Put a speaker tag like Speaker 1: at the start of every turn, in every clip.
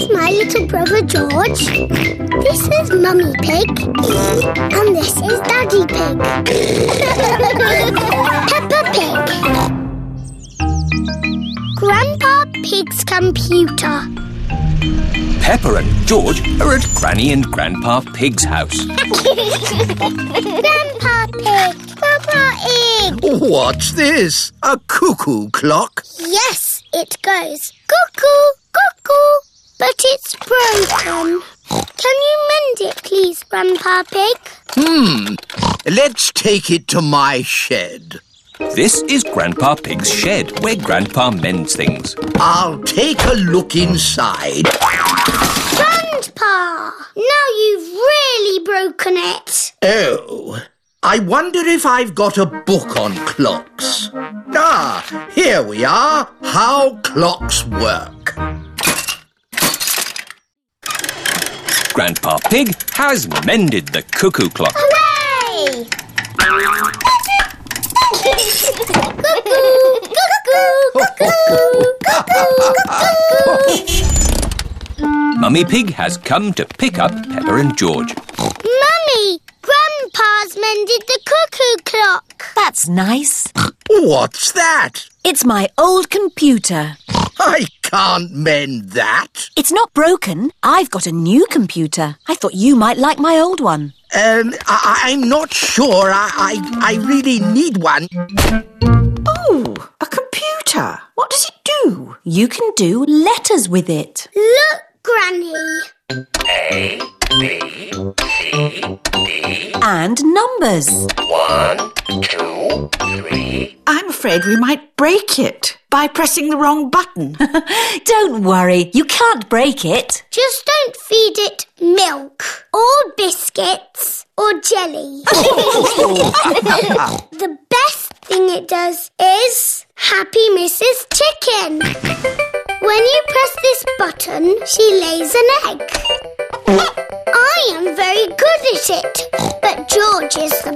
Speaker 1: little brother George. This is Mummy Pig. And this is Daddy Pig. Peppa Pig. Grandpa Pig's computer.
Speaker 2: Pepper and George are at Granny and Grandpa Pig's house.
Speaker 1: Grandpa Pig, Grandpa Pig.
Speaker 3: What's this? A cuckoo clock?
Speaker 1: Yes, it goes cuckoo, cuckoo, but it's broken. Can you mend it, please, Grandpa Pig?
Speaker 3: Hmm. Let's take it to my shed.
Speaker 2: This is Grandpa Pig's shed, where Grandpa mends things.
Speaker 3: I'll take a look inside.
Speaker 1: Grandpa! Now you've really broken it.
Speaker 3: Oh, I wonder if I've got a book on clocks. Ah, here we are. How clocks work.
Speaker 2: Grandpa Pig has mended the cuckoo clock.
Speaker 1: Hooray! cuckoo, cuckoo, cuckoo, cuckoo, cuckoo.
Speaker 2: Mummy Pig has come to pick up Pepper and George.
Speaker 1: Mummy, Grandpa's mended the cuckoo clock.
Speaker 4: That's nice.
Speaker 3: What's that?
Speaker 4: It's my old computer.
Speaker 3: I can't mend that.
Speaker 4: It's not broken. I've got a new computer. I thought you might like my old one.
Speaker 3: Um, I- I'm not sure. I-, I I really need one.
Speaker 5: Oh, a computer. What does it do?
Speaker 4: You can do letters with it.
Speaker 1: Look, Granny.
Speaker 4: And numbers.
Speaker 5: I'm afraid we might break it by pressing the wrong button.
Speaker 4: Don't worry, you can't break it.
Speaker 1: Just don't feed it milk or biscuits or jelly. the best thing it does is Happy Mrs. Chicken. When you press this button, she lays an egg. I am very good at it, but George is the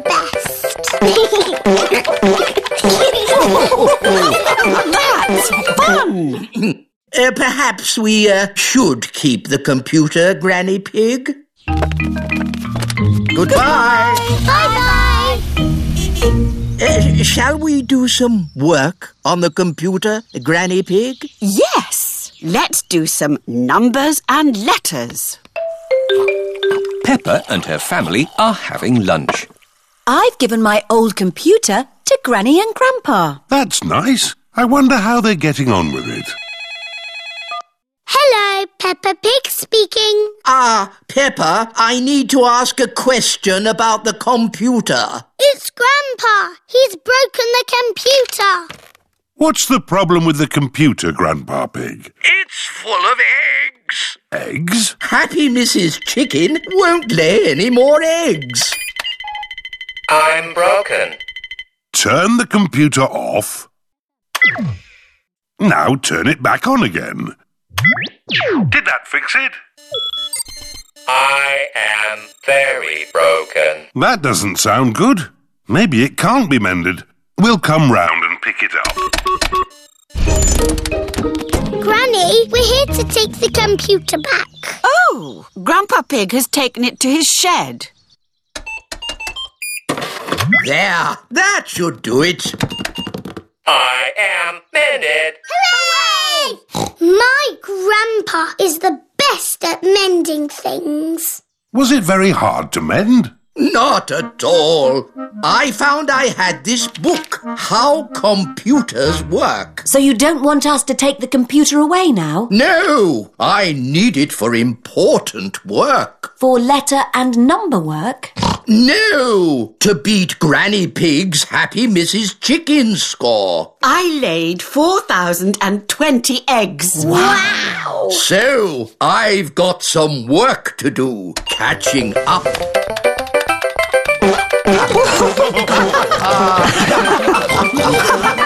Speaker 1: best.
Speaker 5: Fun!
Speaker 3: Uh, perhaps we uh, should keep the computer, Granny Pig. Goodbye.
Speaker 1: bye bye.
Speaker 3: Uh, shall we do some work on the computer, Granny Pig?
Speaker 5: Yes, let's do some numbers and letters.
Speaker 2: Pepper and her family are having lunch.
Speaker 4: I've given my old computer to Granny and Grandpa.
Speaker 6: That's nice. I wonder how they're getting on with it.
Speaker 1: Hello, Peppa Pig speaking.
Speaker 3: Ah, Pepper, I need to ask a question about the computer.
Speaker 1: It's Grandpa. He's broken the computer.
Speaker 6: What's the problem with the computer, Grandpa Pig?
Speaker 7: It's full of eggs.
Speaker 6: Eggs?
Speaker 3: Happy Mrs. Chicken won't lay any more eggs.
Speaker 7: I'm broken.
Speaker 6: Turn the computer off. Now turn it back on again. Did that fix it?
Speaker 7: I am very broken.
Speaker 6: That doesn't sound good. Maybe it can't be mended. We'll come round and pick it up.
Speaker 1: Granny, we're here to take the computer back.
Speaker 5: Oh, Grandpa Pig has taken it to his shed.
Speaker 3: There, that should do it.
Speaker 7: I am mended.
Speaker 1: Hooray! My grandpa is the best at mending things.
Speaker 6: Was it very hard to mend?
Speaker 3: Not at all. I found I had this book, How Computers Work.
Speaker 4: So you don't want us to take the computer away now?
Speaker 3: No, I need it for important work.
Speaker 4: For letter and number work?
Speaker 3: No, to beat Granny Pig's Happy Mrs. Chicken score.
Speaker 5: I laid 4,020 eggs.
Speaker 1: Wow!
Speaker 3: So, I've got some work to do catching up.